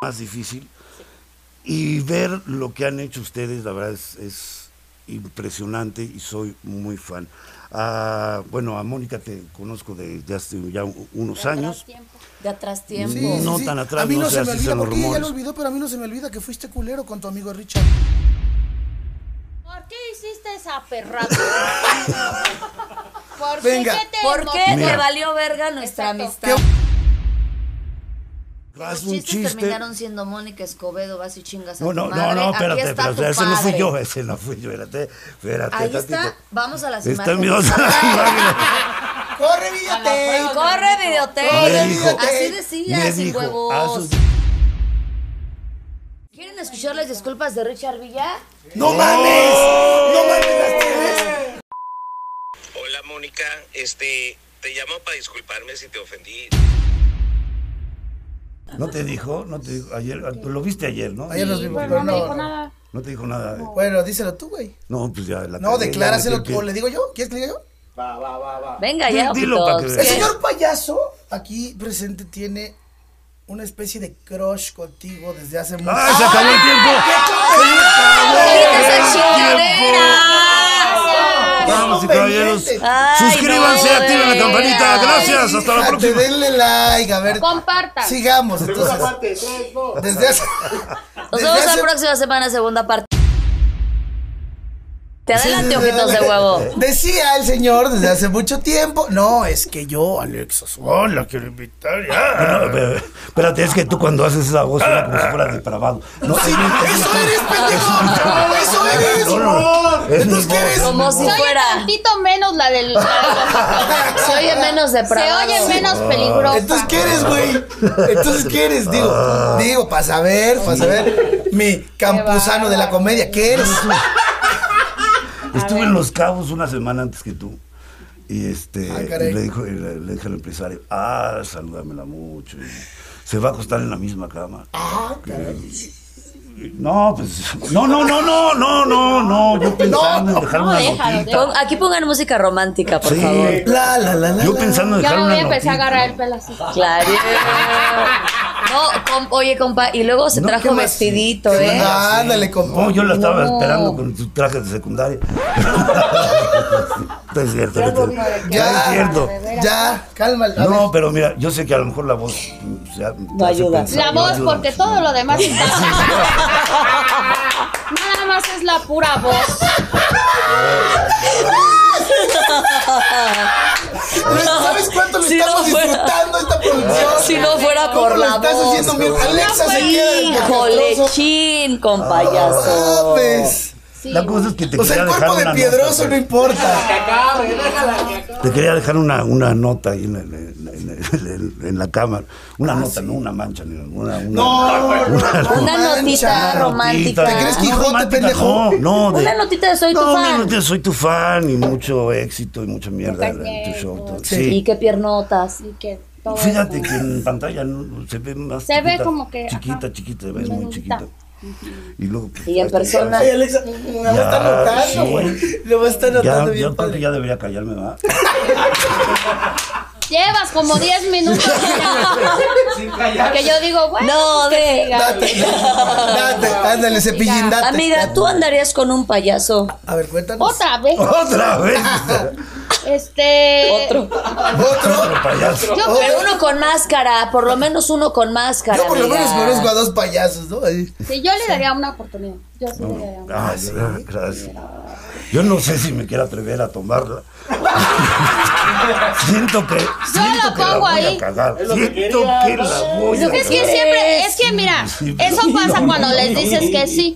más difícil. Y ver lo que han hecho ustedes, la verdad es, es impresionante y soy muy fan. Ah, bueno, a Mónica te conozco de, de hace ya u- unos De atrás años. tiempo. De atrás tiempo. Sí, No tan atrás, A mí no no, sé, se me así olvida, son los porque ella ya lo rumores. olvidó, pero a mí no se me olvida que fuiste culero con tu amigo Richard. ¿Por qué hiciste esa perrada? ¿Por Venga, qué te ¿Por qué enojó? te Mira. valió verga nuestra Exacto. amistad? Haz Los un chistes chiste. terminaron siendo Mónica Escobedo, vas y chingas a No, tu no, no, madre. no, Aquí espérate, está tu espérate, ese no fui padre. yo, ese no fui yo, espérate, espérate. Ahí tantito. está, Ah, vamos a las Están imágenes. mis las imágenes. ¡Corre, A videotape! la ¡Corre, Me videotape! dijo, Así me decía, sin dijo, haz huevos. un- ¿Quieren escuchar las disculpas de Richard Villa? ¡No mames! ¡No mames las tienes! Hola Mónica, este te llamo para disculparme si te ofendí. ¿No te dijo? ¿No te dijo? Ayer, tú lo viste ayer, ¿no? Ayer nos vimos, Pues pero no me dijo no. nada. No te dijo nada. eh. Bueno, díselo tú, güey. No, pues ya la No, cagué, ya decláraselo metí el tú. pie. ¿Le digo yo? ¿Quieres que le diga yo? Venga Di- ya, dilo Opitox, para que ¿qué? El veas. señor payaso aquí presente tiene una especie de crush contigo desde hace mucho ¡Ay, se acabó el tiempo! ¡Quita ¡Se acabó esa el chingadera! tiempo! Vamos, y ¡No me caballeros, inventes! Ay, suscríbanse, no, activen la güey. campanita. Ay, Gracias, hasta la Fíjate, próxima. Ah, Denle like, a ver. Compartan. Sigamos, entonces. Desde hace. Nos desde vemos hace- la próxima semana, segunda parte. Te Sí, adelante, desde- ojitos de huevo. Decía el señor desde hace mucho tiempo. No, es que yo, Alex Osborne, la quiero invitar ya. Ah, no, pero, espérate, es que tú cuando haces esa voz suena como si fuera depravado. No, Sí, es mi- es mi- eso eres, pendejo. Eso eres. No, no, es mi Entonces, ¿qué voz. eres? Como si Soy fuera. un tantito menos la del. la del- Se oye menos Se depravado. oye menos peligrosa. Entonces, ¿qué eres, güey? Entonces, ¿qué eres? Ah. Digo, digo, para saber, para saber. Mi campusano de la comedia, ¿qué eres? Estuve en Los Cabos una semana antes que tú. Y este Ah, y caray. le, dijo, y le, le dije al empresario, ah, salúdamela mucho. y se va a acostar en la misma cama. Y- No, pues. No, no, no, no, no, no, no. Yo pensando en dejar No, una déjalo, notita. déjalo. Pon- aquí pongan música romántica, por Sí. favor. La, la, la, la. Yo la. pensando en Ya dejar me una voy a empezar a notita. agarrar el pelo así. Claro. No, com- oye, compa, y luego se No, ¿qué trajo más? vestidito, ¿Qué ¿eh? más? Ándale, compa. No, Oh, yo la estaba No. esperando con su traje de secundaria. no es cierto. no es cierto. No Ya. es cierto. Ya, cálmalo. a No, ver. pero mira, yo sé que a lo mejor la voz. mm, se ha- te hace ayuda. pensar, La no voz, ayuda porque mucho. todo lo demás está. Nada más es la pura voz. Pero, ¿Sabes cuánto lo Si estamos no fuera- disfrutando esta producción? Si no fuera ¿Cómo por lo la estás haciendo voz. bien? Alexa se queda en el Ah, Híjole, castroso. chin, compayazo. Mames. Sí. La cosa es que te O sea, quería el dejar cuerpo de una piedroso no nota. pues. importa. Te quería dejar una, una nota ahí en, el- en el- en el- en la cámara. Una nota, no una mancha, ni una. una No, no, no. Una Mancha. notita notita. romántica. ¿Te crees que- No, Quijote, romántica, pendejo? No, no. de- Una notita de soy tu no, una fan. notita de soy tu fan y mucho éxito y mucha mierda en en tu Compañero. show. todo. Y Sí. qué piernotas. Y que todo Fíjate eso. que en pantalla no- se ve más. Se ve chiquita, como que, Chiquita, ajá, chiquita, se ve muy menudita. chiquita. Y luego. pues, Y ahí en está, persona. Ay, Alexa, me va a Ya, estar notando, sí. güey. Lo va a estar Ya, ya, yo notando bien creo que padre. ya debería callarme, ¿verdad? Llevas como 10 minutos. que yo digo, bueno. No, pues que de- siga. Date, date, ándale, cepillín, date. Amiga, tú andarías con un payaso. A ver, cuéntanos. Otra vez. ¡Otra vez! Este. Otro. Otro. Otro payaso. Yo Pero uno con máscara, por lo menos uno con máscara. Yo por lo amiga. menos conozco a dos payasos, ¿no? Ahí. Sí, yo le daría una oportunidad. Yo sí le daría una. Ah, sí, gracias. Yo no sé si me quiero atrever a tomarla. siento que. siento lo que la pongo voy ahí. a cagar. Siento que la voy a Es que cagar. siempre, es que mira, Sí, pero- eso pasa cuando les dices que sí.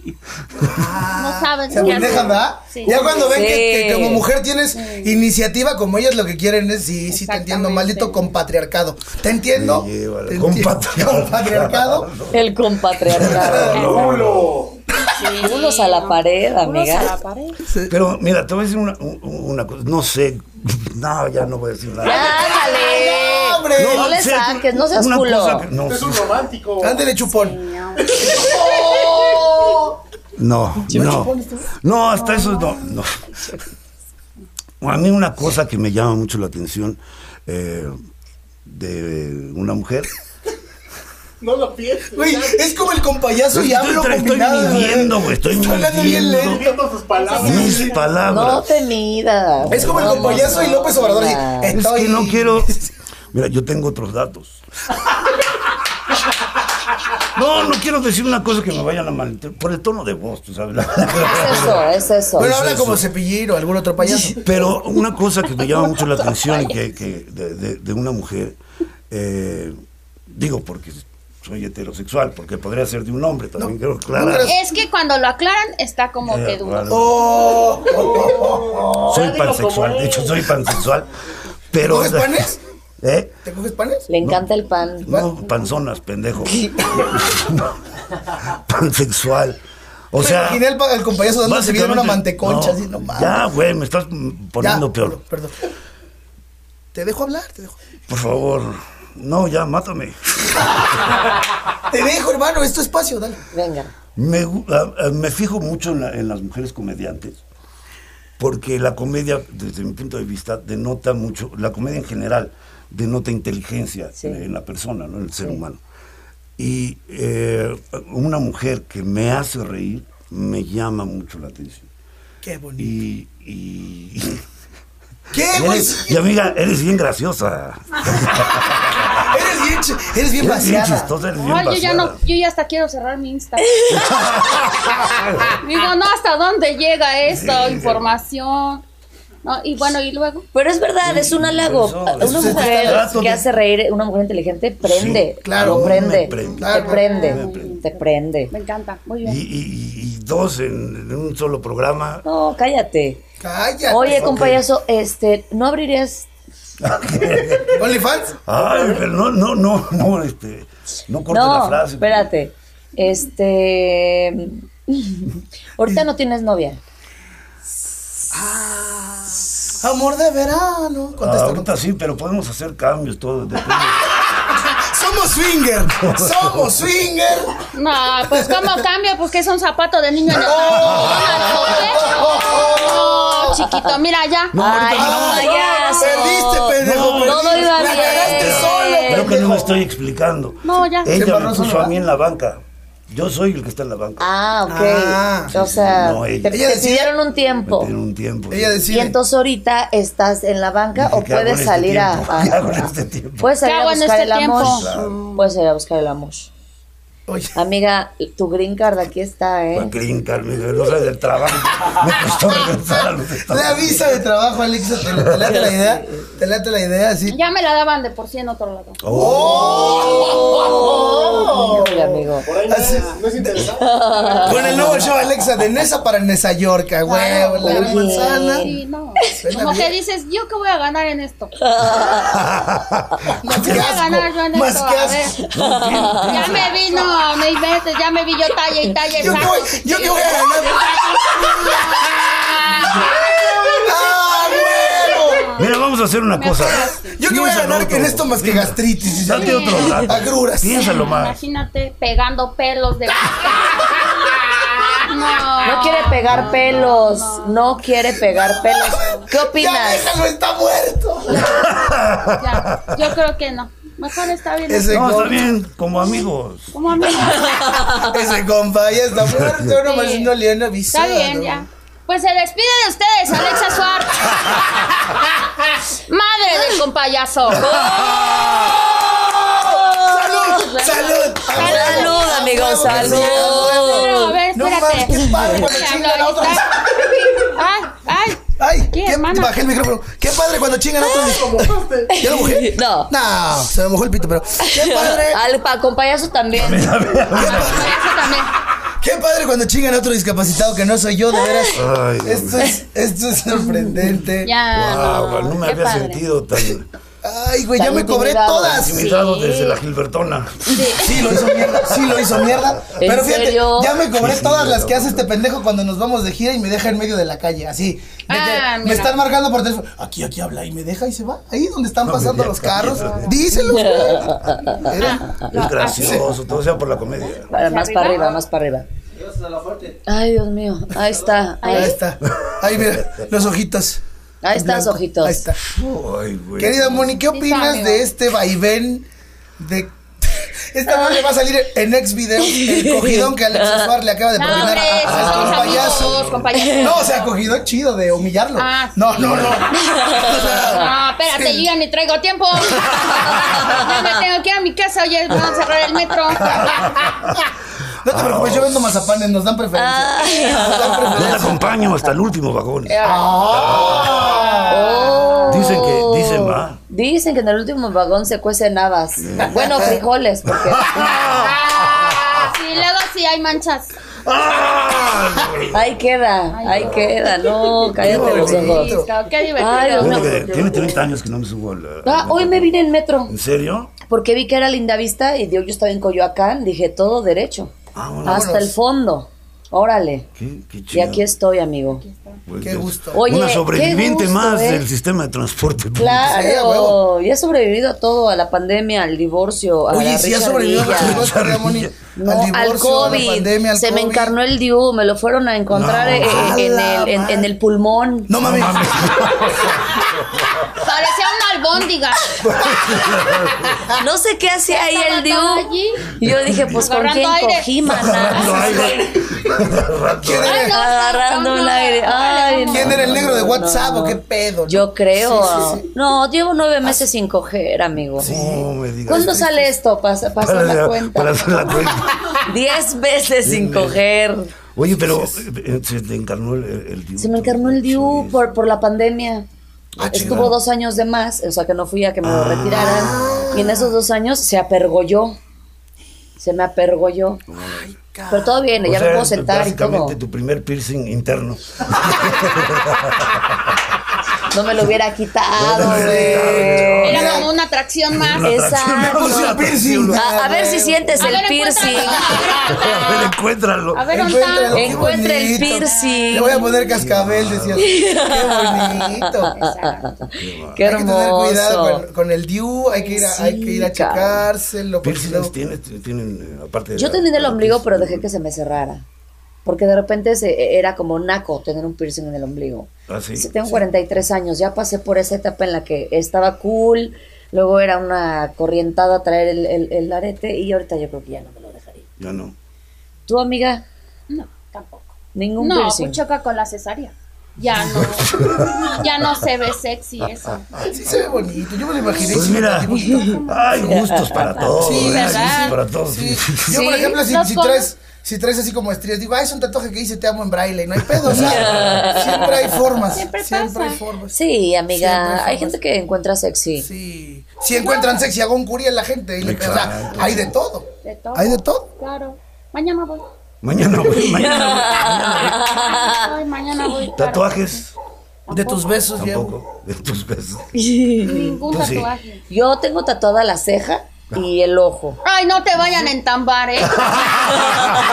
No saben Se qué hacer. apendejan, ¿verdad? Sí. Ya cuando ven que, Sí. que como mujer tienes iniciativa, como ellas lo que quieren es, sí, sí te entiendo, Exactamente. maldito compatriarcado. ¿Te entiendo? Me lleva la- ¿Te compatriarcado. compatriarcado. El compatriarcado. Unos a la pared, amiga. Pero mira, te voy a decir una, un- una cosa. No sé. No, ya no voy a decir nada. ¡Ándale! No, hombre. No le sé, saques, no seas una culo. cosa que- no, sí. Ándele, chupón. No, no. No, hasta eso no. no. A mí una cosa que me llama mucho la atención eh, de una mujer No lo pienses. Güey, es como el compayazo y hablo estoy, estoy combinado. güey. midiendo, güey. Estoy Estoy hablando bien midiendo lento. Viendo sus palabras. Mis No palabras. te midas. Es como el No, compayazo no, y López Obrador. así, no. es estoy- que no quiero. Mira, yo tengo otros datos. No, no quiero decir una cosa que me vayan a malinterpretar. Por el tono de voz, tú sabes. Es eso, es eso. Bueno, habla como Cepillín o algún otro payaso. Pero una cosa que me llama mucho la atención y que, que de, de- de una mujer, eh, digo porque soy heterosexual, porque podría ser de un hombre también, quiero aclarar. Es que cuando lo aclaran está como Eh, que duro. vale. Oh, Soy Dilo pansexual, como de es. hecho soy pansexual. Pero, ¿Coges panes? ¿Eh? ¿Te coges panes? Le encanta el pan. No, panzonas, pendejo. Pansexual. O sea. Imaginé al, pa- al compayazo dándose vida en una básicamente- manteconcha. no, así, no mames. Ya, güey, me estás mm, poniendo Ya, peor. Perdón. Te dejo hablar, te dejo. Por favor. No, ya, mátame. Te dejo, hermano, es tu espacio, dale. Venga. Me, gu- a- a- me fijo mucho en, la- en las mujeres comediantes, porque la comedia, desde mi punto de vista, denota mucho, la comedia en general denota inteligencia Sí. en, en la persona, ¿no? en el ser humano. Y eh, una mujer que me hace reír me llama mucho la atención. Qué bonito. Y, y, ¿Qué, y güey? eres- y amiga, eres bien graciosa. Eres bien, ch- eres bien Eres bien vaciada. chistosa, eres bien Ay, yo ya no, vaciada. yo ya hasta quiero cerrar mi Insta. Digo, no, ¿hasta dónde llega esta información? No, y bueno, y luego. Pero es verdad, es un halago. Eso, una eso es mujer trato que de- hace reír, una mujer inteligente, prende. Sí, Lo claro, me prende. prende. Te Claro, prende. me prende. Te prende. Me encanta, muy Y, bien. y- y- y dos en, en un solo programa. No, cállate. Cállate. Oye, compayazo, este, ¿no abrirías? OnlyFans. Ay, pero no, no, no, no, este, no corte la No, frase. espérate. Este. Ahorita no tienes novia. Amor de verano. Ah, Contesta. ¿no? ahorita sí, pero podemos hacer cambios, todo depende. Somos swinger. Somos swinger. No, pues ¿cómo cambia? Pues que es un zapato de niño en el No, chiquito, mira ya. Ay, Ah, Perdiste, pendejo. No, todo perdiste. iba La bien. cagaste solo, Creo que no pendejo. me estoy explicando. No, ya. Se Ella embarró me puso sola, a mí en la banca. Yo soy el que está en la banca. Ah, ok. Ah. o sea, No, ella- te, Ella te decide- pidieron un Me tiempo. tiene un tiempo. Ella Y decide. entonces ahorita estás en la banca Dije, o ¿qué hago en puedes este salir a, tiempo? a- ¿Qué hago en este tiempo? Puedes salir ¿Qué a hago en buscar este el amor. tiempo? Puedes salir a buscar el amor. Oye. Amiga, tu green card aquí está, ¿eh? Juan Crin, Carmen, no sabes del trabajo. Me costó regresar a los Estados La visa de trabajo, Alexa, te, te late la idea, te late la idea, así. Ya me la daban de por sí en otro lado. Híjole, amigo. Por ahí no, es- no es interesante. Con el nuevo show, Alexa, de Nesa para Nesa Yorca, güey, la gran oye. manzana. Sí, no. Suena Como bien. que dices, ¿yo qué voy a ganar en esto? Ah, Más que voy a ganar yo en asco, esto, más que a asco. Ya me vi, no, me inventes, ya me vi yo talla y talla y Yo que saco. voy, yo que voy a ganar. ¡Ah, huevo! Mira, vamos a hacer una cosa. Yo que voy a Piénsalo ganar otro. en esto más que Venga, gastritis. y Date otro dato. Agruras. Piénsalo más. Imagínate pegando pelos de. No. No quiere pegar pelos. No, quiere pegar pelos. ¿Qué Ya opinas? déjalo, está muerto. Ya, yo creo que no. Mejor está bien. Ese No, está compa, bien, como amigos. Como a mí. ese compa ya está muerto. Uno más Sí. no le han avisado. Está bien, ya. Pues se despide de ustedes, Alexa Suárez. Madre del compayazo. ¡Salud! ¡Salud! Salud, amigo, Pero, a salud. ver, No espérate. mames, qué padre cuando Mira, chingan ahí a otros. está. Ay, ay. Ay, ¿Qué, qué, hermana? bajé el micrófono. Qué padre cuando chingan a otros. ¿Ya lo mojé? No. No, se me mojó el pito, pero. Qué padre. Al pa- con payaso también. Compayazo también. Qué padre cuando chingan a otro discapacitado que no soy yo, de veras. Ay, Dios Esto es, esto es sorprendente. Ya. Guau, Ah, guau, no me qué había padre. sentido tan Ay, güey, ya Tan me cobré intimidado. todas. intimidado desde la Gilbertona. Ah, Sí, lo hizo mierda. Sí, lo hizo mierda. ¿En Pero fíjate, serio? ya me cobré Sí, sí, todas sí, las no, que hace no. este pendejo cuando nos vamos de gira y me deja en medio de la calle, así. De que Ah, me mira. están marcando por teléfono. Aquí, aquí habla y me deja y se va. Ahí donde están No, pasando ya, los ya, carros. ya, ya. Díselos, güey. Era- ah, Es gracioso, todo sea por la comedia. Para- más para arriba, más para arriba. Ay, Dios mío. Ahí está. Ahí Ahí, está. Ahí, mira, los ojitos. ahí estás, Blanco. ojitos. Ahí está. Ay, güey. Querida Moni, ¿qué Dice, opinas amigo. de este vaivén de, Esta madre va a salir en ex video el cogidón que Alexa Suárez le acaba de Ah. No, propinar hombre, a- ah, esos a- son al mis payaso. amigos, compañeros. No, o sea, cogidón chido de humillarlo. Ah, sí. No, no, No, no. O sea, espérate, yo ya ni traigo tiempo. Ya me tengo que ir a mi casa, oye, vamos a cerrar el metro. No te preocupes, yo vendo mazapanes, nos dan preferencia. Ah. Nos dan Yo te preferencia. acompaño hasta el último vagón. Ah. Oh. Dicen que- dicen, ¿va? Dicen que en el último vagón se cuecen habas. Bueno, frijoles, porque. Ah. Ah, Sí, luego sí hay manchas. ¡Ah! Ahí queda, ahí queda, no, cállate los ojos. Listo, qué Ay, divertido. Dios mío. Fíjate que Tiene 30 años que no me subo al. al Ah, hoy me vine en metro, ¿En serio? porque vi que era linda vista y yo, yo estaba en Coyoacán, dije todo derecho, Ah, Vámonos. hasta el fondo. Órale. Qué, qué Y chido. aquí estoy, amigo. Pues, Qué es gusto. Oye, Una qué sobreviviente gusto, más ¿eh? del sistema de transporte. público. Sí, a huevo. Claro, ya he sobrevivido a todo, a la pandemia, al divorcio, a Oye, la sí ha Richard sobrevivido Villa. a las cosas, Richard Ramón, y- Villa. No, al al, divorcio, a COVID. la pandemia, al se me COVID. encarnó el DIU, me lo fueron a encontrar No. eh, eh, en, ¡A la el, en- madre! en el pulmón. No mames. Parecía una albóndiga. No sé qué hacía ahí Estaba el todo DIU. allí. Y yo dije, pues con Agarrando quién aire. cogí, maná. No hay- Rato. ¿Quién Ay, no. era, Agarrando el aire. Ay, no. quién era el negro de No, WhatsApp o qué pedo? Yo creo. Sí, sí, Ah, sí. No, llevo nueve meses sin coger, amigo. No me digas. ¿Cuándo sale esto? Pasa, pasa para, la cuenta. para hacer la cuenta. Diez veces sin coger. Oye, pero eh, se te encarnó el, el diu. Se me encarnó el DIU por, por la pandemia. Ah, Estuvo dos años de más, o sea que no fui a que me lo retiraran. Y en esos dos años se apergolló. Se me apergolló. Pero todo bien, ya me puedo sentar y todo. Básicamente tu primer piercing interno. No me lo hubiera quitado, No me lo hubiera güey. Era como una atracción más. Una atracción, Exacto. una Puse el piercing. atracción. A, a ver si sientes A el ver, piercing. A ver, encuéntralo. A ver, Encuéntralo, ¿dónde qué Encuentra el bonito. piercing. Le voy a poner cascabel, decía. Qué bonito. Qué Hay que tener cuidado hermoso. con, con el DIU, hay que ir a, hay que ir a Sí, cabrón. checárselo. porque Piercings luego- tienes, tienen, eh, aparte de Yo la- tenía el la ombligo, piercing. pero dejé que se me cerrara. Porque de repente se, e, era como naco tener un piercing en el ombligo. Ah, sí. Sí, tengo 43 años, ya pasé por esa etapa en la que estaba cool, luego era una corrientada traer el, el- el arete y ahorita yo creo que ya no me lo dejaría. Ya no. ¿Tú, amiga? No, tampoco. Ningún No, piercing. pues choca con la cesárea. Ya no. Ya no se ve sexy eso. Sí, se ve bonito. Yo me lo imaginé. Pues sí, mira, qué bonito. hay gustos para todos. Sí, ¿eh? ¿verdad? Gustos para todos. Sí. Yo, por Sí, ejemplo, si, los si conos. traes. Si traes así como estrías, digo, ah, es un tatuaje que hice, te amo en braille, no hay pedo, o sea, siempre hay formas, siempre, Siempre hay pasa. formas. Sí, Siempre amiga, hay formas. gente que encuentra sexy. Sí. Si encuentran sexy a Goncuri en la gente, y le- o sea, Exacto. hay de todo. De todo. Hay de todo. Claro. Mañana voy. Mañana, voy, mañana. voy. Ay, mañana voy. claro. Tatuajes. De tus besos, Diego. Tampoco. De tus besos. Ningún Tú sí. tatuaje. Yo tengo tatuada la ceja y el ojo. Ay, no te vayan a entambar, ¿eh? No te vaya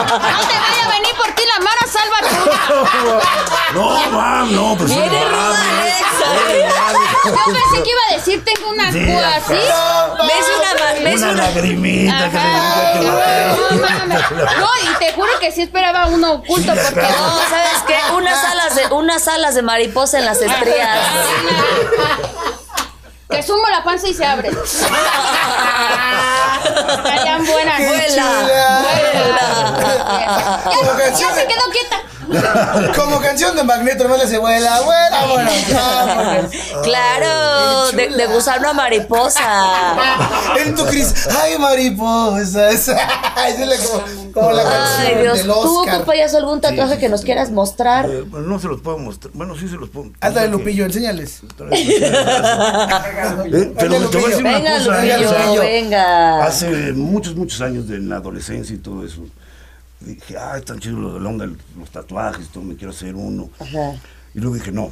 a venir por ti la Mara Salva. No, mam, no, pues. Viene no, ruda, mames. Alexa. Eh, mames. Yo pensé que iba a decir, tengo una Sí, cua acá. así. ¿Ves una, ma- ves Una una- lagrimita que le Ajá. diga que la No, mames. No, y te juro que sí esperaba uno oculto porque No, no. ¿sabes qué? Unas alas de, unas alas de mariposa en las estrías. Que sumo la panza y se abre. Estarían buenas. ¡Qué Vuela, chula! Ya, Como se- canción ya se de- quedó quieta. Como canción de Magneto, hermano, se vuela, vuela, vuela. vámonos. Claro, de, de gusano a mariposa. En tu cris, ay mariposas. Ay, es la como, como la canción Ay, Dios. del ¿Tú, Oscar. compayazo, algún tatuaje que nos quieras mostrar? Eh, bueno, no se los puedo mostrar. Bueno, sí se los puedo mostrar. Ándale, Lupillo, enséñales. Eh, pero te voy a decir una Venga, cosa, eh, o sea, Lupillo, venga. Hace muchos, muchos años de la adolescencia y todo eso, dije, ah, están chidos los, la onda de los tatuajes, todo, me quiero hacer uno. Ajá. Y luego dije, no,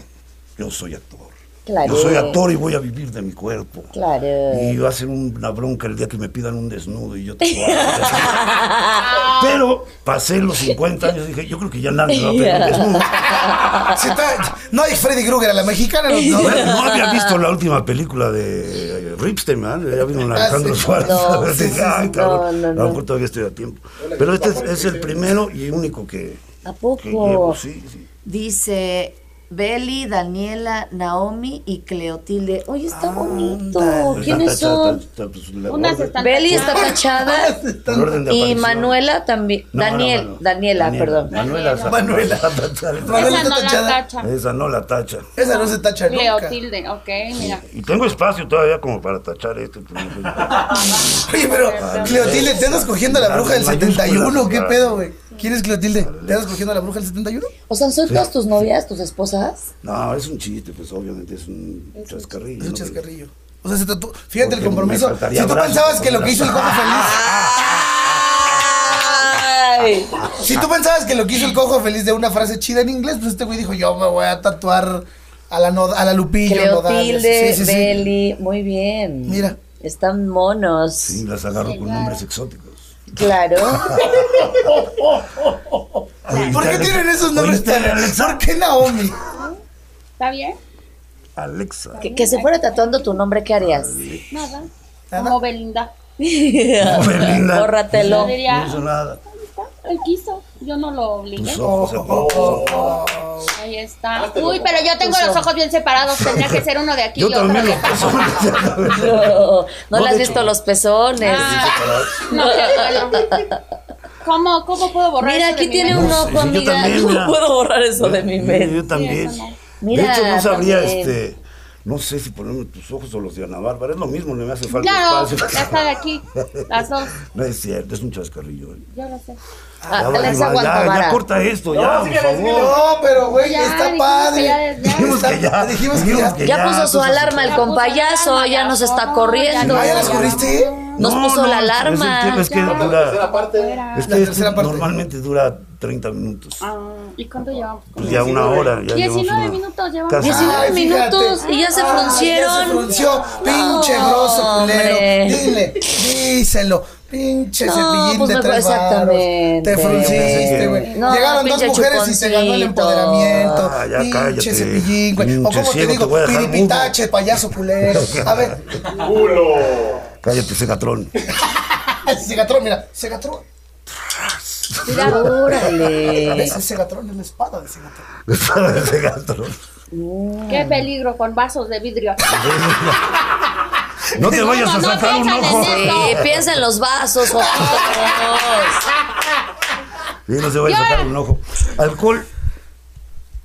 yo soy actor. Claro. Yo soy actor y voy a vivir de mi cuerpo. Claro. Y va a ser una bronca el día que me pidan un desnudo y yo te voy a- Pero pasé los 50 años y dije, yo creo que ya nadie me va a pedir un desnudo. Se está- no hay Freddy Krueger a la mexicana. No, No, eh, no había visto la última película de eh, Ripstein, ¿verdad? Ya vino Ah, Alejandro sí. Suárez. No, Dije, sí, sí, "Ay, sí, cabrón, no, no, a lo mejor no. todavía estoy a tiempo. Pero este es, es el primero y único que, ¿A que llevo, poco? sí, sí. Dice, Beli, Daniela, Naomi y Cleotilde. Oye, está bonito. Ándale. ¿Quiénes son? pues, Unas están- Beli está tachada Por orden de y aparición. Manuela también. No, no, Daniel, no, no. Daniela, perdón. Manuela. está- Manuela. está tachada. Manuela Esa está no la tachada. tacha. Esa no la tacha. Esa no se tacha nunca. Cleotilde, ok, mira. Y tengo espacio todavía como para tachar esto. Oye, pero Cleotilde, ¿te andas cogiendo a la bruja del Las mayúsculas, 71? ¿Qué claro. pedo, güey? ¿Quién es Cleotilde? ¿Te andas cogiendo a la bruja del 71? O sea, ¿son todas tus novias, tus esposas? No, es un chiste, pues obviamente es un chascarrillo. Es un ¿no? chascarrillo. O sea, se tatuó. Fíjate el Porque me compromiso. faltaría Si tú brazo, pensabas que lo que hizo el cojo feliz. Ah. ¡Ay! Si tú pensabas que lo que hizo el cojo feliz de una frase chida en inglés, pues este güey dijo, yo me voy a tatuar a la, Nod- a la Lupillo. Nodal. Cleotilde, Sí, sí, sí. Beli, muy bien. Mira. Están monos. Sí, las agarro con nombres exóticos. Claro. ¿Por qué Oíste, tienen esos nombres oíste, tan ¿Por qué Naomi? ¿Está bien? Alexa. que, que se fuera tatuando tu nombre, ¿qué harías? Nada. Nada. Como Belinda. Oh, Belinda. Bórratelo. Yo diría, No hizo nada. él quiso, yo no lo obligué. Tus ojos. Pues, oh. Ahí está. Uy, pero yo tengo los ojos bien separados. Tendría que ser uno de aquí y Yo otro de también los acá. pezones. No, no le de has hecho. visto los pezones. Ah, no, qué bueno. ¿Cómo, ¿Cómo puedo borrar Mira, eso de aquí mi tiene mente? un No sé, ojo, sí, yo amiga. también, no mira. puedo borrar eso de mi Yo, mente. también. Sí, eso no. Mira, de hecho, no sabría también. este. No sé si ponerme tus ojos o los de Ana Bárbara. Es lo mismo, no me hace falta Claro, espacio. esta de aquí, las dos, No es cierto, es un chascarrillo. eh. yo lo sé. Ah, Ya, vale, ya, Alexa ya, Guantabara. corta esto, ya, por favor. No, pero güey, Ya, está dijimos padre. Dijimos que que ya desde- ya. Dijimos que ya. dijimos Ya puso su entonces- alarma el Ya puso la compayazo, alarma, ya nos está no, corriendo. Ah, ¿ya las Ya. corriste? Nos No, puso no, es el tiempo, la alarma. Es que dura. tercera parte. Es que La esto tercera parte. normalmente dura 30 minutos. Ah, ¿Y cuánto llevamos? Pues ya una hora. Ya 19 llevamos una- minutos llevamos. casi. 19 Ay, Ah, fíjate. minutos y ya se Ay, ya se fruncieron. frunció. Pinche No, grosso culero. hombre. Dile, díselo. Pinche No, cepillín pues de mejor tres exactamente. varos. Te frunciste, güey. No, Llegaron dos pinche mujeres y se ganó el chuponcito. empoderamiento. Ah, ya pinche cállate. cepillín, güey. O Pinche como te ciego, te digo, voy a dejar mudo. piripitache, payaso culero. A ver, Culo. Cállate, cegatrón. Segatrón, mira, Segatrón. Mira, órale. Ese Segatrón es la espada de Segatrón. Cegatrón. Qué peligro con vasos de vidrio. No te vayas a no sacar un piensan en ojo. eso. Sí, piensa en los vasos, ojitos. Sí, no se vaya a sacar un ojo. Alcohol.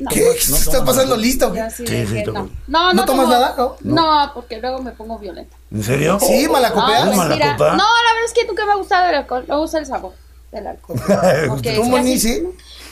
¿Qué? ¿Estás pasando lista, güey? Yo así Sí, de sí, que tomo. no. no, ¿No tomas nada, no? No, porque luego me pongo violenta. ¿En serio? Sí, No, malacopeas. ¿Toma la mentira. No, copa? la verdad es que nunca me ha gustado el alcohol. Me gusta el sabor del alcohol. Porque ¿Cómo casi- ni sí?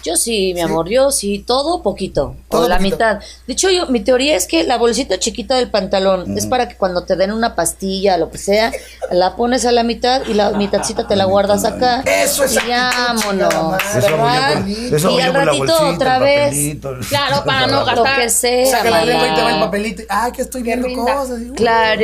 Yo sí, mi amor, yo sí, todo poquito, Todo o la poquito. mitad. De hecho, yo, mi teoría es que la bolsita chiquita del Mm. pantalón es para que cuando te den una pastilla, lo que sea, la pones a la mitad y la mitadcita te la guardas acá. Ah, Eso es Y vámonos, actitud, Eso ¿verdad? venía pues, con- eso y venía al con la ratito bolsita, otra el vez, papelito, el- Claro, para no lo gastar. que sea. Saca la lengua y te va el mana. papelito. Ah, que estoy viendo rinda. cosas. y- Claro,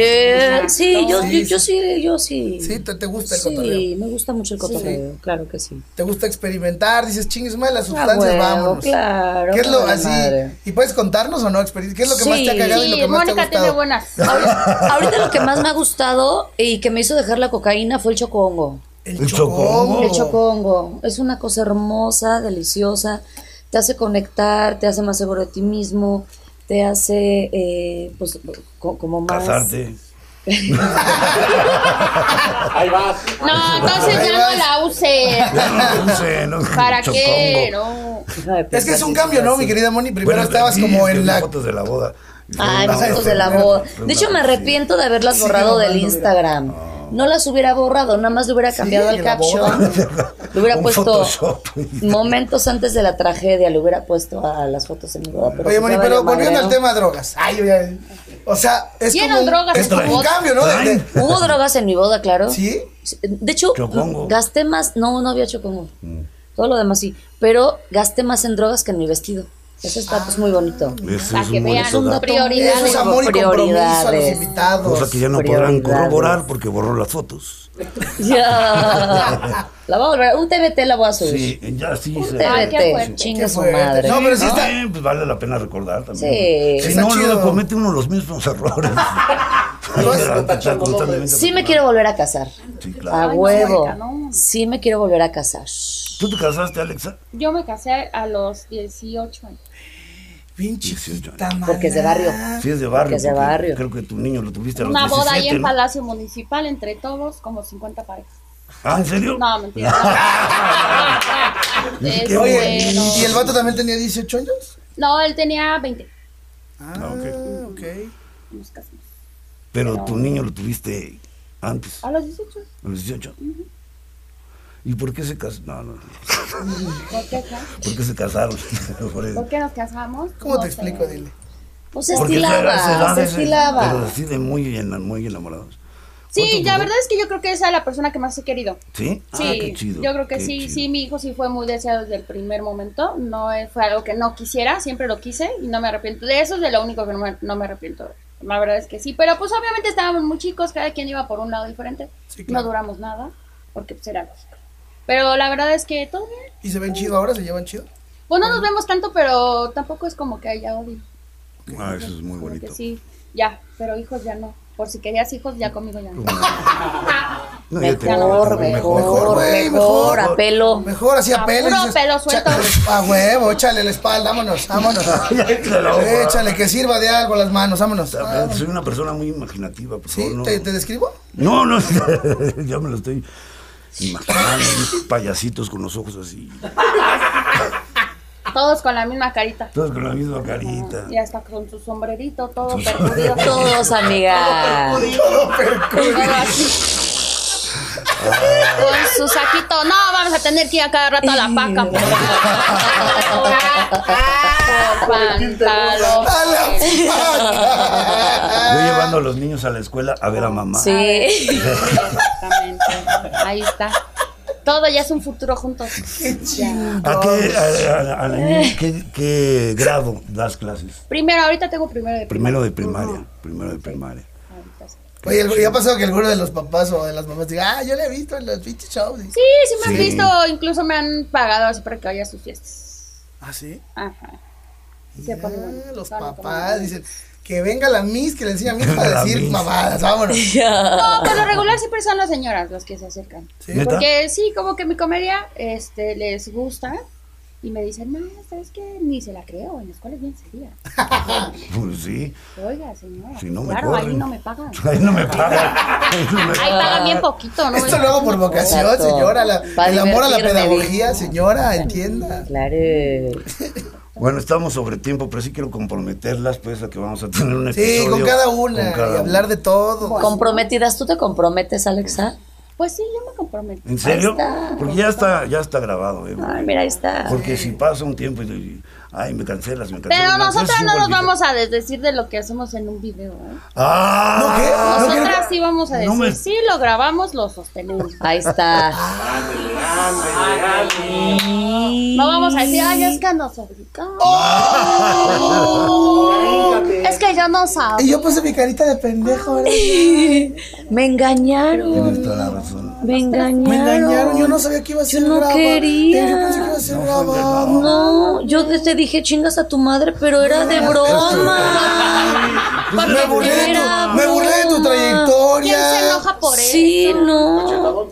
sí, yo, yo, Sí, sí. yo sí, yo sí. Sí, te, te gusta el cotorreo. Sí, me gusta mucho el cotorreo, claro que sí. Te gusta experimentar, dices, chingues, madre, las Ah, sustancias, huevo, vámonos. claro, ¿Qué es lo vale así? madre. ¿Y puedes contarnos o no experiencia? ¿Qué es lo que más te ha Sí. cagado y lo Sí, que más te ha Mónica gustado? tiene buenas. Ahorita, ahorita lo que más me ha gustado y que me hizo dejar la cocaína fue el chocongo. El El chocongo. chocongo. El chocongo es una cosa hermosa, deliciosa, te hace conectar, te hace más seguro de ti mismo, te hace, eh, pues, co- como más... Casarte. Ahí vas. No, entonces ya no la use. Ya no sé, no, ¿Para chocongo. qué? No. Hija de Es que es puta, un sí, cambio, sí, ¿no, sí. mi querida Moni? Primero Bueno, estabas sí, como es que en vi la... fotos de la boda. Ay, Fue mis una- Ah, fotos de la boda. De hecho, Sí. me Ah. arrepiento de haberlas Sí, borrado mira, del mira. Instagram. No las hubiera borrado, nada más le hubiera cambiado el de la caption. boda. Le hubiera Un puesto Photoshop y- momentos antes de la tragedia, le hubiera puesto a las fotos en mi boda. pero Oye, pues Moni, ya pero valió volviendo al madre, tema drogas. Ay, ay, ay. O sea, es ¿Vieron como un, drogas es en tu como un boda? cambio, ¿no? De- de- ¿no? Hubo drogas en mi boda, claro. ¿Sí? De hecho, Chocongo. gasté más. No, no había chocongo. Mm. Todo lo demás sí. Pero gasté más en drogas que en mi vestido. Eso está pues muy bonito. Ese Para es que un buen vean dato. Ah, Eso prioridades. es amor y compromiso a los Prioridades. invitados. Cosa Pues que ya no podrán Prioridades. corroborar porque borró las fotos. Ya. La voy a volver. Un TBT la voy a subir. Sí, ya sí se. Ah, qué fuerte. TBT. Chinga Qué su fuerte. madre. No, pero sí está... Eh, pues vale la pena recordar Sí. también. Si Está no, luego chido. comete uno los mismos errores. Lo Hay que hace con estar tachón, constantemente Sí me preparado. quiero Ah, volver a casar. Sí, claro. A Ay, no, huevo. Erika, no. Sí me quiero volver a casar. ¿Tú te casaste, Alexa? Yo me casé a los 18 años. Bien 18 chiquita, años. Porque es de barrio. Sí, es de barrio. Porque es de porque barrio. Creo que tu niño lo tuviste a los Una boda ahí 17, en ¿no? Palacio Municipal entre todos, como 50 parejas. Ah, ¿en serio? No, mentira. no. Ni Este, siquiera. Oye, no. ¿y el vato también tenía 18 años? No, él tenía 20. Ah, ok. ok. nos casamos. Pero tu niño lo tuviste antes, a A los 18. los 18. ¿Y por qué se casaron? No, no. ¿Por qué, acá? ¿Por qué se casaron? Por eso. ¿Por qué nos casamos? ¿Cómo No te sé. explico? Dile. Pues se Porque esa era- esa estilaba, edad se es- Pero estilaba. así de muy, ena- muy enamorados. Sí, ¿Cuánto la duró? verdad es que yo creo que esa es la persona que más he querido. ¿Sí? Sí, ah, qué chido. yo creo que qué sí, chido. sí, mi hijo sí fue muy deseado desde el primer momento, no eh, fue algo que no quisiera, siempre lo quise y no me arrepiento, de eso es de lo único que no me, no me arrepiento, la verdad es que sí, pero pues obviamente estábamos muy chicos, cada quien iba por un lado diferente, Sí, claro. no duramos nada, porque pues era lógico, pero la verdad es que todo bien, ¿Y se ven chido ahora? ¿Se llevan chido? pues no nos vemos tanto, pero tampoco es como que haya odio, Ah, eso es muy como que bonito. sí, ya, pero hijos ya no, por si querías hijos ya conmigo ya no. No, yo te- Mejor, mejor, mejor, güey, mejor, mejor. a pelo. Mejor así a A pelo. y puro pelo suelto. "Cha- A huevo, échale la espalda, vámonos, vámonos. échale, que sirva de algo las manos, vámonos. Ah, Soy una persona muy imaginativa, por ¿Sí? favor, no. ¿Te, te describo? No, no, ya me lo estoy imaginando. unos payasitos con los ojos así. todos con la misma carita. Todos con la misma carita. Y hasta con su sombrerito, todo Su percudido. todo. Todos, amiga. Con su saquito. No, vamos a tener que ir a cada rato a la paca. Por favor. ¡A la faca! Yo llevando a los niños a la escuela a ver a mamá. Sí. Exactamente. Ahí está. Todo ya es un futuro juntos. Ya. ¿A qué, a- a- a la niña, qué- qué grado das clases? Primero, ahorita tengo primero de Primero de primaria. Primero de primaria. Ahorita sí. Oye, el- ya ha pasado que alguno de los papás o de las mamás diga, ah, yo le he visto en los pinches shows. Sí, sí me han Sí. visto. Incluso me han pagado así para que vaya a sus fiestas. ¿Ah, sí? Ajá. Se pone bueno. Ah, los No, no, papás no. dicen, que venga la Miss, que le enseña a mi hija Venga la a decir Miss. mamadas, vámonos. Sí. No, por lo regular siempre son las señoras las que se acercan. ¿Neta? Porque sí, como que mi comedia este, les gusta y me dicen, no, ¿sabes qué? Ni se la creo, en la escuela es bien sería. Pues sí. Oiga, señora, Si no me claro, corren. ahí no me pagan. Ahí no me pagan. Ahí no me Ahí pagan bien poquito, ¿no? Esto lo hago por vocación, Exacto. señora. la- Para el amor a la divertirme, pedagogía, dijo. señora, entienda. Claro. Bueno, estamos sobre tiempo, pero sí quiero comprometerlas, pues, a que vamos a tener un episodio. Sí, con cada una con cada y hablar de todo. Comprometidas, ¿tú te comprometes, Alexa? Pues sí, yo me comprometo. ¿En serio? Ahí está. Porque ya está, ya está grabado, ¿eh? Ay, mira, ahí está. Porque si pasa un tiempo y, y- ay, me cancelas, me cancelas. Pero me cancelas, nosotras sí, no nos volví. vamos a desdecir de lo que hacemos en un video, ¿eh? Ah, ¿No qué? Nosotras sí vamos a No decir, me- sí, lo grabamos, lo sostenemos. Ahí está. No vamos a decir, ay, es que nos obligamos. ¡Oh! Es que yo no sabía. Y yo puse mi carita de pendejo. ¿verdad? Me engañaron. Tienes toda la razón. Me Me engañaron. engañaron, yo no sabía que iba a Yo ser no grabado. quería. Eh, Yo pensé que iba a ser grabado. No, yo te dije chingas a tu madre, pero era de broma. me burlé de Era tu, me burlé de tu broma. ¿Quién trayectoria. se enoja por eso? Sí, no.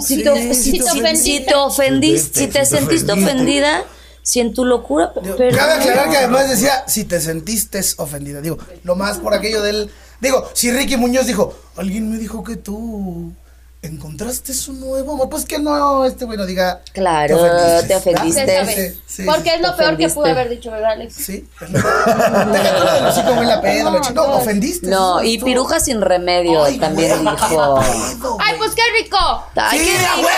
Si sí, sí, te, si Sí, te, sí, si te ofendiste, si te Sí, te sentiste ofendiste. ofendida, si en tu locura. Digo, pero- Cabe aclarar que además decía, si te sentiste ofendida. Digo, nomás por aquello del. Digo, si Ricky Muñoz dijo, alguien me dijo que tú encontraste su nuevo amor. Pues que no, este güey no diga. Claro, te Se ofendiste. ¿verdad? sabe. Sí, sí, Porque sí. es lo peor que pudo Ofendiste. haber dicho, ¿verdad, Alex? Sí. Deja tú lo del hocico, güey, la peda, lo chingón, no. ofendiste. No, y Tú. piruja sin remedio Ay, también güey, dijo. qué pedo, ¡Ay, pues qué rico! Ay, ¡Sí, qué a rico. huevo!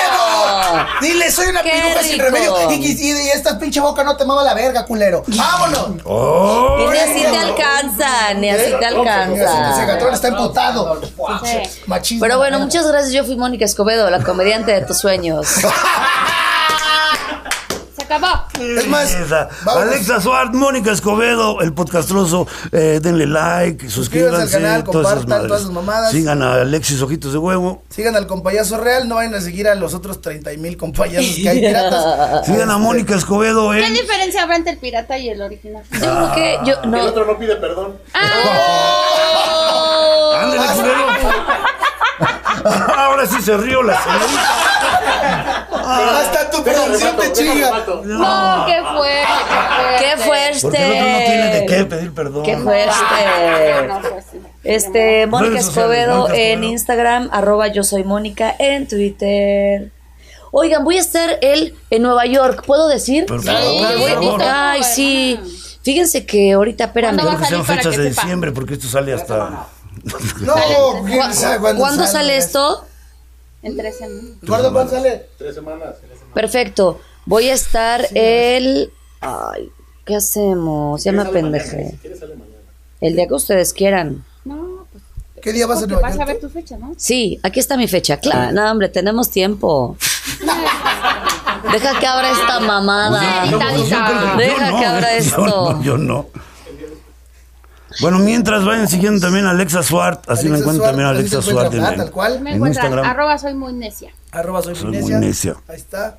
Dile, soy una ¡Qué piruja sin rico! remedio. Y, y, y esta pinche boca no te mama la verga, culero. ¡Vámonos! ¡Oh! Y ni así te alcanza, ni así te Ese alcanza. gatrón está emputado. ¿eh? Sí. Machismo. Pero bueno, muchas gracias. Yo fui Mónica Escobedo, la comediante de tus sueños. Se acabó. Es más, Esa. vámonos. Alexa Suárez, Mónica Escobedo, el podcastroso, eh, denle like, suscríbanse, Suscríbanse al canal, todas esas compartan todas madres. sus mamadas. Sigan a Alexis Ojitos de Huevo, Sigan al compayazo real, no vayan a seguir a los otros 30 mil compayasos que hay piratas. sigan a Mónica Escobedo eh. ¿Qué en diferencia habrá entre el pirata y el original? Yo creo que yo El no. otro no pide perdón. Ah, Ándale, culero. Ahora sí se rió la señorita. Hasta tu producción te chinga. No, ¡Ah! Oh, qué fuerte, ¡Qué fuerte! Porque el otro no tiene de Este. qué pedir perdón. ¡Qué fuerte! No, pues sí. Este, Mónica Redes sociales, Escobedo Mónica en Escobedo. Instagram, arroba yo soy Mónica en Twitter. Oigan, voy a estar él en Nueva York, ¿puedo decir? Por Sí, favor, por voy a favor. invitar. Ay, sí. Fíjense que ahorita, espérame. ¿Cuándo Creo que Salir sean para fechas que de sepa. diciembre, porque esto sale hasta. No, ¿Cu- ¿quién sabe cuándo, ¿Cuándo sale esto? En tres semanas. ¿Cuándo cuándo sale? Tres semanas. Perfecto. Voy a estar el... Ay, ¿qué hacemos? Ya me pendeje. El día que ustedes quieran. No, pues. ¿Qué día vas a porque Nueva vas a ver York? tu fecha, ¿no? Sí, aquí está mi fecha. Ah. Claro, no, hombre, tenemos tiempo. Deja que abra esta mamada. Yo- yo- yo creo que- Deja yo que no, abra ¿eh? esto. Yo no, yo no. Bueno, mientras vayan siguiendo también a Alexa Suart, así la Alexa encuentran Suart, también a así Alexa se Suart en, encuentra, en- tal cual. Me en encuentran Instagram. arroba soy muy necia. Arroba soy, Soy Finesia. muy necia. Ahí está.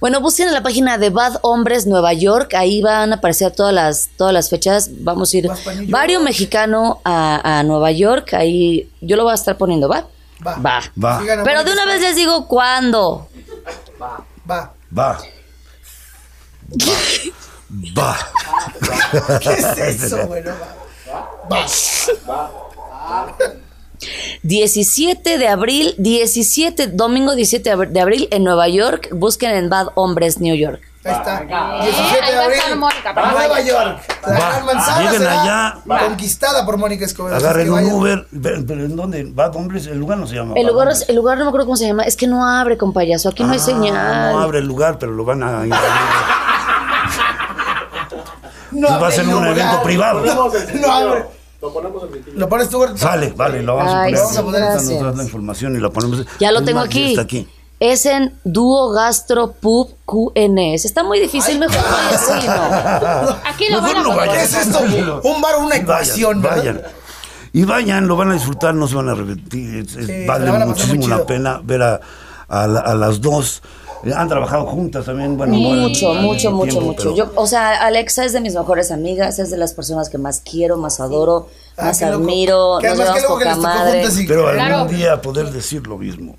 Bueno, busquen en la página de Bad Hombres Nueva York, ahí van a aparecer todas las, todas las fechas. Vamos a ir Vas, Panillo. vario mexicano a, a Nueva York, ahí yo lo voy a estar poniendo, ¿va? Va. Va. Va, pues, Sigan a Pero de Mónica. una vez les digo cuándo. Va. va. Va. ¿Qué es eso, güey? No, va. 17 de abril, 17, domingo 17 de abr- de abril en Nueva York, busquen en Bad Hombres New York. Ahí está. ahí 17 va de a estar abril. Mónica, para Nueva Nueva York. La Va. Ah, gran manzana Lleguen será allá. conquistada por Mónica Escobedo. Así Agarren que un vayan. Uber. Pero, pero ¿en dónde? Va, hombres, el lugar no se llama. El Bad lugar, Hombres. es- el lugar no me acuerdo cómo se llama, es que no abre con payaso, aquí no hay señal. Ah, No abre el lugar, pero lo van a invadir. No Pues va a abre ser el un lugar. evento privado. Ponemos el No abre. cintillo. Lo ponemos en cintillo. Lo pones tú, güey. Sale, vale, lo vamos a Ay, poner. sí, vamos a poner esta gracias. nosotros la información y la ponemos. Ya lo Es tengo más, ya aquí. Está aquí. Es en Duo Gastro Pub QNS. Está muy difícil, mejor no sí, ¿no? Aquí lo Mejor van a no poner. ¿Qué es esto? Un bar, una Y vayan, ecuación, ¿verdad? vayan. Y vayan, lo van a disfrutar, no se van a arrepentir. es- es- Sí, se vale la van a pasar muchísimo muy la chido. pena ver a, a la- a las dos. Eh, Han trabajado juntas también. Bueno, ahora- Mucho, al mucho, mucho, tiempo, mucho. pero- Yo, o sea, Alexa es de mis mejores amigas, es de las personas que más quiero, más adoro, Ah, más qué loco. admiro. Que Nos además, qué llevamos loco poca que les tocó madre. juntas y... Pero algún Claro. día poder decir lo mismo.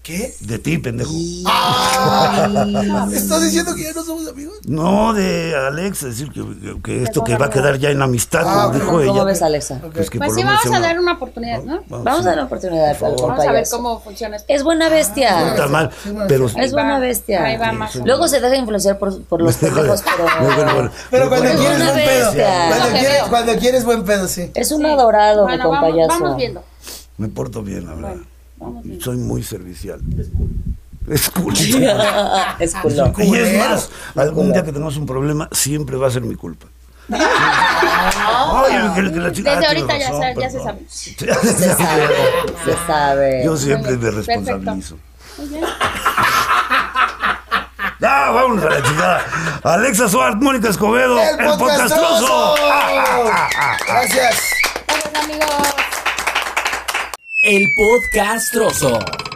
¿Qué? De ti, pendejo. Ah, ¿Estás diciendo que ya no somos amigos? No de Alex, decir que, que- que esto que va a quedar ya en amistad, Ah, como dijo ¿Cómo ella. ves, Alexa? Pues que Pues por sí, lo menos vamos a sea dar una oportunidad, ¿no? una- Vamos a dar la oportunidad al Vamos a ver payaso. cómo funciona este esto. Es Ah. buena bestia. Está mal, Sí, bueno, pero Es buena bestia. Ahí va más. Luego se deja influenciar por, por los pendejos, pero... Bueno, bueno, bueno. Pero cuando Bueno, quieres una buen pedo. bestia. Cuando Lo que quieres, veo. cuando quieres buen pedo, sí. Es un adorado, mi Bueno, vamos, compayazo. vamos viendo. Me porto bien, la verdad. vamos Soy muy servicial. Es cool. Ah, es culón. Y es Culero. más, algún día que tengamos un problema, siempre va a ser mi culpa. Ay, Ángel, que la chica- Desde ah, tienes ahorita ya razón, sabe- ya se perdón. sabe. Sí, ya se Se sabe. sabe, se sabe. Yo siempre me bien, responsabilizo. Muy bien. Ya, vámonos a la chingada. Alexa Suárez, Mónica Escobedo, el, podcastroso. Gracias. Gracias, amigos. El podcast trozo.